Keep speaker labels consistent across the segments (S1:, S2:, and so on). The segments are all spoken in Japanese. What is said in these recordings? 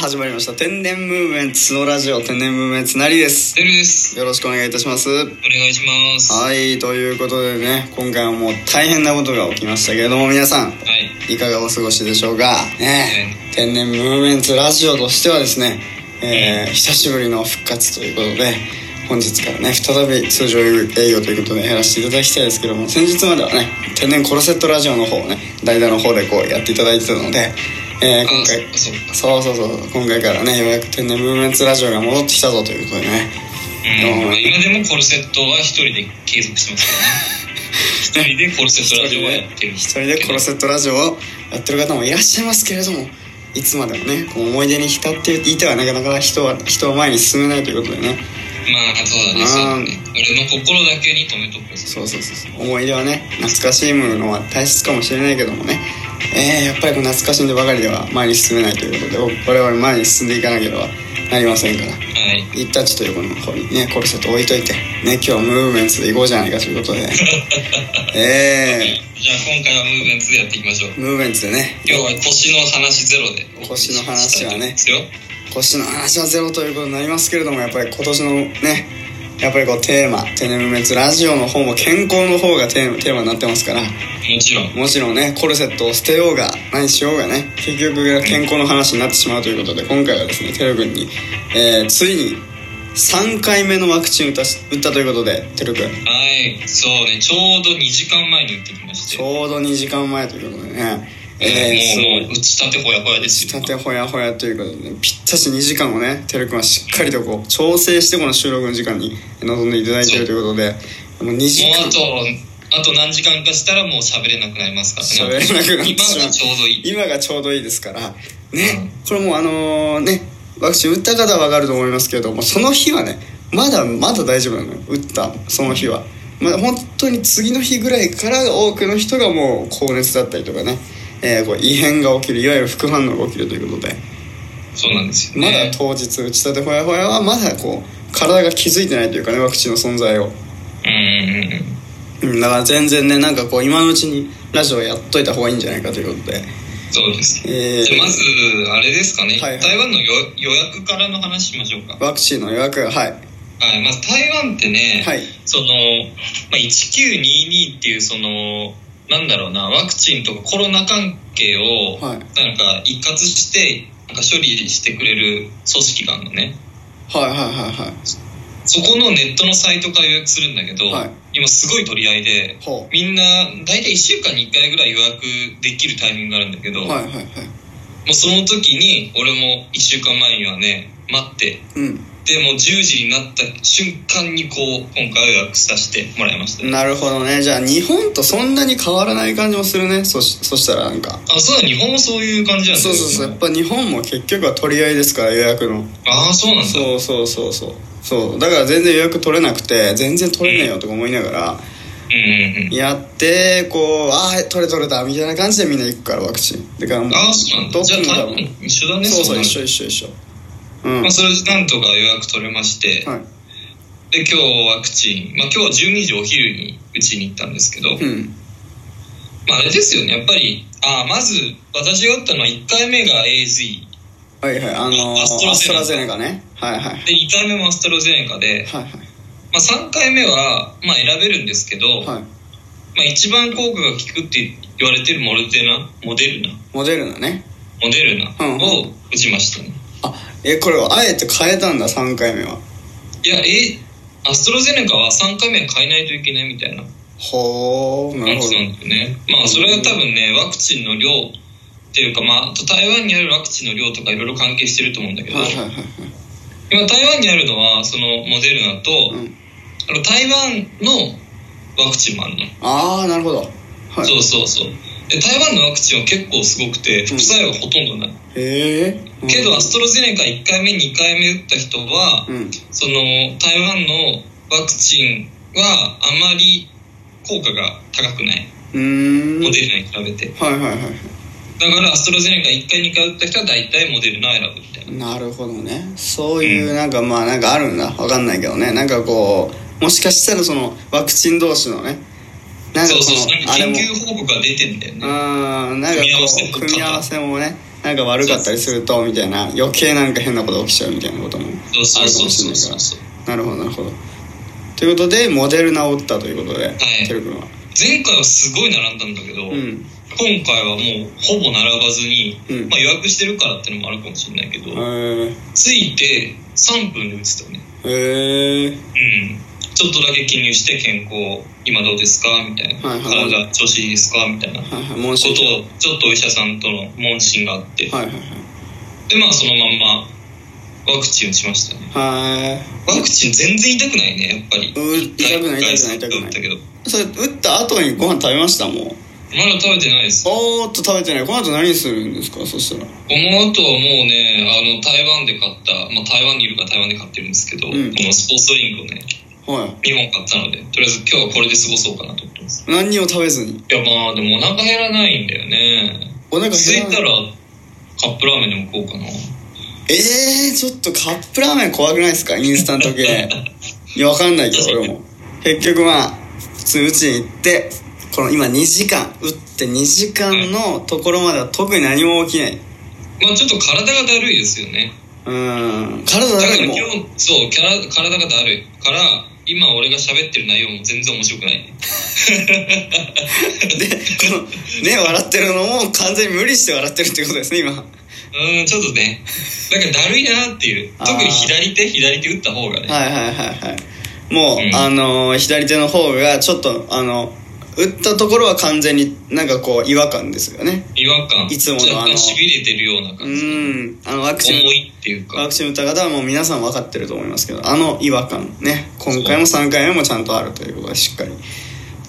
S1: 始まりました天然ムーブメンツのラジオ天然ムーブメンツなりです
S2: てるです。
S1: よろしくお願いいたします
S2: お願いします。は
S1: はいということでね今回はもう大変なことが起きましたけれども皆さん
S2: い。
S1: いかがお過ごしでしょうかねえ天然ムーブメンツラジオとしてはですね、えー久しぶりの復活ということで本日からね再び通常営業ということでやらせていただきたいですけども先日まではね天然コロセットラジオの方をね代打の方でこうやっていただいてたので、えー今回
S2: あ、そうか。
S1: そうそうそう今回からねようやく天然ムーブメンツラジオが戻ってきたぞということでね
S2: うん、今でもコルセットは一人で継続してますからね。一人でコルセットラジオはやってる。
S1: 一人でコロセットラジオをやってる方もいらっしゃいますけれどもいつまでもねこう思い出に浸っていてはなかなか人は人を前に進めないということでね
S2: まあ、そうだね。そうだね俺の心だけに止めとく。
S1: そうそうそうそう思い出はね懐かしいものは大切かもしれないけどもねえー、やっぱりこう懐かしんでばかりでは前に進めないということで我々前に進んでいかなければなりませんから
S2: はい。
S1: 一タッチというこの方にねコルセット置いといてね今日はムーブメンツで行こうじゃないかということでえ
S2: じゃあ今回はムーブメンツでやっていきましょう。
S1: ー、ムーブメンツでね
S2: 今日は腰の話ゼロでお送りしたいと思います
S1: 腰の話
S2: よ。
S1: はね腰の話はゼロということになりますけれどもやっぱり今年のねやっぱりこうテーマ「テネムーブメンツラジオ」の方も健康の方がテーマテーマになってますから
S2: もちろん。
S1: もちろんねコルセットを捨てようが何しようがね結局健康の話になってしまうということで今回はですねテル君に、えー、ついに3回目のワクチン打ったし打ったということでテル君
S2: はい。そうね。ちょうど2時間前に打ってきまして。
S1: ちょうど2時間前ということでね、え
S2: え
S1: ー、
S2: ー、もう、
S1: そう
S2: もう打ちたてほやほやですよ。
S1: たてほやほやということで、ね、ぴったし2時間をね、てるくんはしっかりとこう、調整してこの収録の時間に臨んでいただいているということで、もう2時
S2: もうあ
S1: 間、
S2: と、あと何時間かしたらもう喋れなくなりますから
S1: 喋
S2: ね。
S1: れなくなってし
S2: 今
S1: まう
S2: がちょうどいい。
S1: 今がちょうどいいですから、ね、これもうあのね、ワクチン打った方はわかると思いますけれども、その日はね、まだまだ大丈夫なのよ、打った、その日は。まだ本当に次の日ぐらいから多くの人がもう高熱だったりとかね、えーこう異変が起きる、いわゆる副反応が起きるということで。
S2: そうなんですよ、
S1: まだ
S2: ね。
S1: 当日打ちたてほやほやはまだこう体が気づいてないというかねワクチンの存在を
S2: うんうんうん。
S1: うんだから全然ねなんかこう今のうちにラジオやっといた方がいいんじゃないかということで
S2: そうです。
S1: えー
S2: じゃあまず、あれですかね。
S1: はいはい
S2: 台湾の予予約からの話しましょうか。
S1: ワクチンの予約はい
S2: はい。まず台湾ってね、
S1: はい
S2: その、まあ、1922っていうその、なんだろうな、ワクチンとかコロナ関係を、
S1: はい
S2: なんか一括して、なんか処理してくれる組織があるのね。
S1: はいはいはいは
S2: そこのネットのサイトから予約するんだけど、
S1: はい
S2: 今すごい取り合いで
S1: いほ
S2: みんな大体1週間に1回ぐらい予約できるタイミングがあるんだけど、
S1: う
S2: も
S1: はいはいはいう
S2: その時に俺も1週間前にはね待って
S1: うん
S2: でもう10時になった瞬間にこう今回は予約させてもらいました、
S1: なるほどねじゃあ日本とそんなに変わらない感じもするねそしそしたらなんか
S2: あそうだ日本もそういう感じなんだ
S1: そうそうそうやっぱ日本も結局は取り合いですから予約の
S2: ああそうなんだ
S1: そうそうそうそうそうだから全然予約取れなくて全然取れねえよとか思いながら、
S2: うんうんうん
S1: やってこうああ取れ取れたみたいな感じでみんな行くからワクチンだからもう
S2: ああそうなん
S1: どこ
S2: だじゃあ
S1: も
S2: 台
S1: 多
S2: 湾
S1: 分
S2: 一緒だね
S1: そうそう
S2: なんだ
S1: 一緒一緒一緒うん
S2: ま
S1: は
S2: あ、それでなんとか予約取れまし
S1: い
S2: て、で今日ワクチン、まあ、今日12時お昼にうちに行ったんですけど、
S1: うん
S2: まあ、あれですよねやっぱりああまず私が打ったのは1回目が AZ
S1: はいはいあのー
S2: アストラゼネカ
S1: アストラゼネカねはいはい
S2: で2回目もアストラゼネカで、
S1: はいはい
S2: まあ、3回目は、まあ、選べるんですけど、ま
S1: はい
S2: あ、一番効果が効くって言われてるモルテナモデルナ
S1: モデルナね
S2: モデルナ
S1: うん
S2: を打ちましたね、
S1: あえこれをあえて変えたんだ3回目はい
S2: やえアストラゼネカは3回目は変えないといけないみたいな
S1: ほうなる
S2: 感
S1: ほ
S2: じ
S1: ど
S2: なんですよねまあそれは多分ねワクチンの量っていうかまああと台湾にあるワクチンの量とかいろいろ関係してると思うんだけど、
S1: はいはいはいはい
S2: 今台湾にあるのはそのモデルナと、
S1: うん
S2: あの台湾のワクチンもあるの、
S1: ああなるほどはい
S2: そうそうそうで台湾のワクチンは結構すごくて副作用がほとんどない、
S1: へえ
S2: けどアストロゼネカ1回目2回目打った人は、
S1: うん
S2: その台湾のワクチンはあまり効果が高くないう
S1: ーん
S2: モデルナに比べて
S1: はいはいはいは
S2: だからアストロゼネカ1回2回打った人は大体モデルナを選ぶみたいない
S1: なるほどねそういうなんかまあなんかあるんだわかんないけどねなんかこうもしかしたらそのワクチン同士のねなんか
S2: そう
S1: こ
S2: そうそうなん
S1: の
S2: か
S1: あれ
S2: 緊
S1: も
S2: 急報告が出てんだよね
S1: うんなんかこう組
S2: 組
S1: み
S2: み
S1: 合
S2: 合
S1: わ
S2: わ
S1: せ
S2: せ
S1: もねなんか悪かったりするとみたいな余計なんか変なこと起きちゃうみたいなことも
S2: そう
S1: あ
S2: そう
S1: るか
S2: そ
S1: もし
S2: うそ
S1: れないからな
S2: うそう
S1: るほどなるほどということでモデルナを打ったということで、
S2: い
S1: てるくんは
S2: 前回はすごい並んだんだけど、
S1: うん
S2: 今回はもうほぼ並ばずに、
S1: うん
S2: まあ、予約してるからってのもあるかもしれないけど、
S1: えー
S2: 着いて3分で打つとね
S1: えー
S2: うんちょっとだけ記入して健康今どうですかみたいな、
S1: はいはい
S2: 体調子いいですかみたいなこ
S1: はいはい問
S2: と
S1: 診票
S2: をちょっとお医者さんとの問診があって、
S1: はいはい
S2: でまあそのまんまワクチン打ちましたね
S1: はいは
S2: ワクチン全然痛くないねやっぱり
S1: ーう痛くない痛くない痛く
S2: 打
S1: な
S2: った
S1: い
S2: けど
S1: それ打った後にご飯食べましたもう
S2: まだ食べてないですこ
S1: おーっと食べてないこの後何するんですかそしたら
S2: の後はもうねあの台湾で買った、まあ、台湾にいるから台湾で買ってるんですけど、
S1: ん
S2: このスポーツドリンクをね
S1: はい
S2: 2本買ったのでとりあえず今日はこれで過ごそうかなと思ってます
S1: 何にも食べずに
S2: いやまあでもお腹減らないんだよね
S1: お腹
S2: 着い
S1: 減ら
S2: た
S1: ない
S2: らカップラーメンでも食おうかな
S1: えー、ちょっとカップラーメン怖くないですかインスタント系いやわかんないけど俺も結局まあ普通にうちに行ってこの今2時間打って2時間のところまでは特に何も起きない
S2: まあちょっと体がだるいですよね
S1: うーん体
S2: だ
S1: だ
S2: から
S1: けで
S2: 今
S1: も
S2: 日そうキャラ体がだるいから今俺が喋ってる内容も全然面白くない
S1: でこのね笑ってるのも完全に無理して笑ってるってことですね今
S2: うーんちょっとねだからだるいなっていう
S1: あー
S2: 特に左手左手打った方がね
S1: はいはいはいはいもう、
S2: うん
S1: あのー左手の方がちょっとあの打ったところは完全になんかこう違和感ですよね
S2: 違和感
S1: いつもの
S2: 若
S1: あの
S2: 干しびれてるような
S1: う
S2: 感じ
S1: んあのワクチン
S2: 重いっていうか
S1: ワクチン打った方はもう皆さん分かってると思いますけどあの違和感ね今回も3回目もちゃんとあるということはしっかり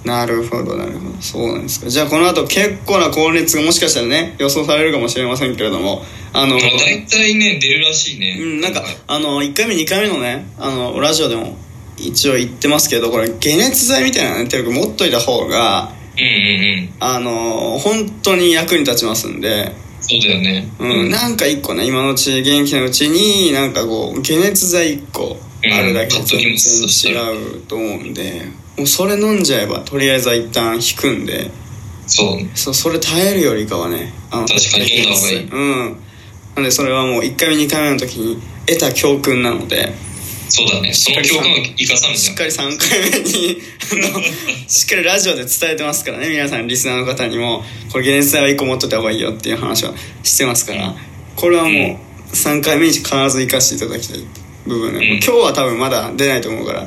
S1: なるほどなるほどそうなんですかじゃあこの後結構な高熱がもしかしたらね予想されるかもしれませんけれどもあの
S2: まあ大体ね出るらしいね
S1: うん、なんかあの1回目2回目のねあのラジオでも一応言ってますけどこれ解熱剤みたいなのねていうか持っといた方が
S2: うんうん
S1: あの本当に役に立ちますんで、
S2: うんそうだよね
S1: うん、なんか1個ね今のうち元気なうちになんかこう解熱剤1個あるだけで全然違うと思うんでもうそれ飲んじゃえばとりあえずは一旦引くんで
S2: そう
S1: そそれ耐えるよりかはねあの
S2: 確かに飲んだ方がいい
S1: うんなんでそれはもう1回目2回目の時に得た教訓なので
S2: そうだねその教訓を生かさん
S1: しっ
S2: じ
S1: かり3回目にあのしっかりラジオで伝えてますからね皆さんリスナーの方にもこれ解熱剤は1個持っといた方がいいよっていう話はしてますからこれはもう
S2: うん
S1: 3回目に必ず生かしていただきたい部分で、
S2: うん
S1: 今日は多分まだ出ないと思うから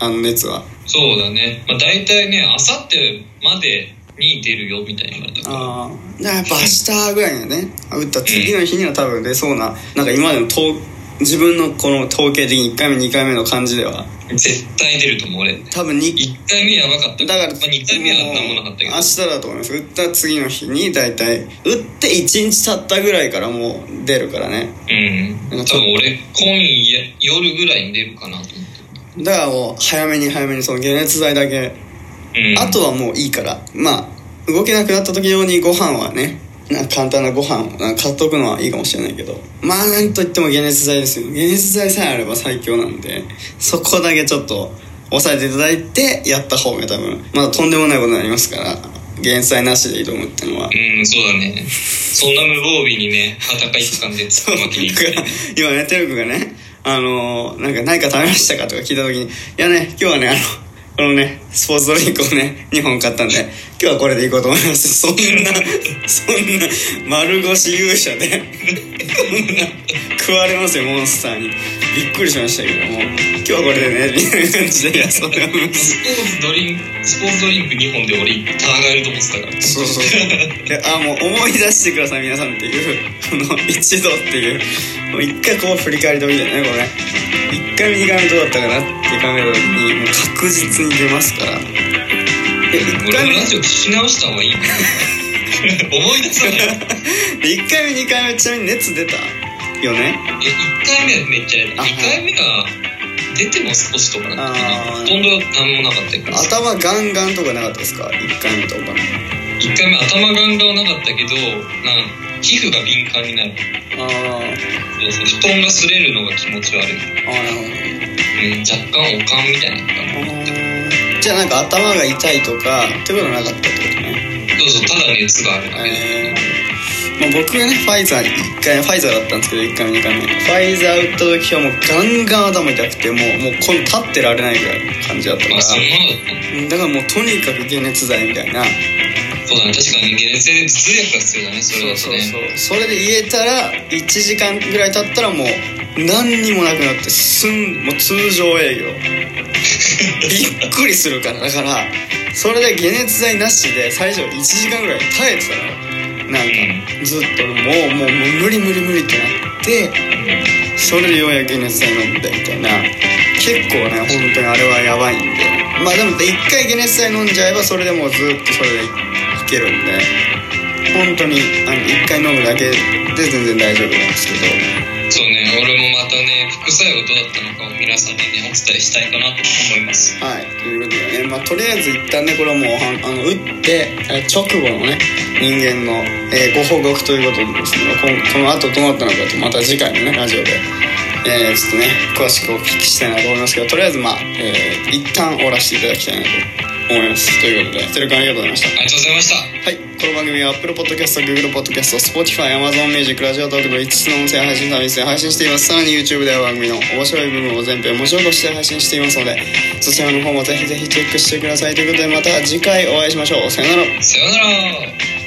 S1: あの熱は
S2: ゃんそうだねまあ大体ねあさってまでに出るよみたいに言われたから
S1: ああだからやっぱ明日ぐらいにはね打った次の日には多分出そうななんか今までの統自分のこの統計的に1回目2回目の感じでは
S2: 絶対出ると思う俺
S1: 多分2
S2: 1回目やばかった
S1: だから、
S2: まあ、2回目は何もなかったけど
S1: 明日だと思います打った次の日に大体打って1日経ったぐらいからもう出るからね
S2: うん多分俺今夜夜ぐらいに出るかなと思っ
S1: だからもう早めに早めにその解熱剤だけ、
S2: てる、うん、
S1: あとはもういいからまあ動けなくなった時用にご飯はねなんか簡単なご飯をなんか買っとくのはいいかもしれないけどまあなんといっても解熱剤ですよ解熱剤さえあれば最強なんでそこだけちょっと抑えていただいてやった方が多分まだとんでもないことになりますから解熱剤なしでいいと思うってのは
S2: うんそうだねそんな無防備にね裸一貫で突
S1: そう
S2: っ
S1: 僕
S2: 込まきに行く
S1: が今ねテル君がねあのーなんか何か食べましたかとか聞いた時にいやね今日はねあのこのねスポーツドリンクをね2本買ったんで今日はこれでいこうと思いますそんなそんな丸腰勇者でそんな食われますよモンスターにびっくりしましたけども今日はこれでねみたいな感じでいやそれは無理
S2: スポーツドリンクスポーツドリンク2本で俺戦えると思ってたから
S1: そうそうであもう思い出してください皆さんっていうその一度っていうもう一回こう振り返り時だよねこれ一回目二回目どうだったかなって考えた時にもう確実に出ますからで一
S2: 俺
S1: 回
S2: も
S1: 目
S2: ラジオ聞き直した 方がいいな思い出さない
S1: で一回目二回目ちなみに熱出たよね
S2: え1回目はめっちゃや
S1: あ
S2: だ
S1: はい
S2: 2回目が出ても少しとかだったかな
S1: あー
S2: ほとんど何もなかったから
S1: 頭ガンガンとかなかったですか一回目とか
S2: 1回目頭ガンガンはなかったけどなん皮膚が敏感になる
S1: あー
S2: そうそう布団が擦れるのが気持ち悪
S1: あーなるほど
S2: い、うん、若干悪寒みたいなのかな
S1: あーじゃあなんか頭が痛いとかってことはなかったってことね
S2: そうそうただ熱があるだけで、
S1: えまあ、僕はねファイザー1回ファイザーだったんですけど1回目2回目ファイザー打った時はもうガンガン頭痛くてもうもうこう立ってられないぐらいの感じだったから
S2: あ、そんなのだっ
S1: だ
S2: た
S1: からもうとにかく解熱剤みたいな
S2: そうだね、確かに解熱性で頭痛薬が必要だね、それだとね。
S1: そうそれで言えたら1時間ぐらい経ったらもう何にもなくなってすんもう通常営業 びっくりするからだからそれで解熱剤なしで最初1時間ぐらい耐えてたのなんかずっともうもうもう無理無理無理ってなってそれでようやく解熱剤飲んでみたいな結構ね本当にあれはやばいんでまあでも一回解熱剤飲んじゃえばそれでもうずっとそれでいけるんで本当にあの一回飲むだけで全然大丈夫なんですけど
S2: そうね、俺もまたね、副作用どうだったのかを皆さんにね、お伝えしたいかなと思います。
S1: はいということでね、まあ、とりあえず一旦ねこれはもうあの打ってえ直後のね人間の、えーご報告ということでですねこんこの後どうなったのかってまた次回のねラジオで、えーちょっとね詳しくお聞きしたいなと思いますけどとりあえずまあ、えー一旦終わらせていただきたいなと思いますということでテル君ありがとうございました
S2: ありがとうございまし
S1: は
S2: た。
S1: い、この番組は Apple Podcast、Google Podcast、Spotify、Amazon Music、ラジオトークの5つの音声配信サービスで配信しています。さらに YouTube では番組の面白い部分を全編面白くして配信していますので、そちらの方もぜひぜひチェックしてください。ということでまた次回お会いしましょう。さよなら。
S2: さようなら。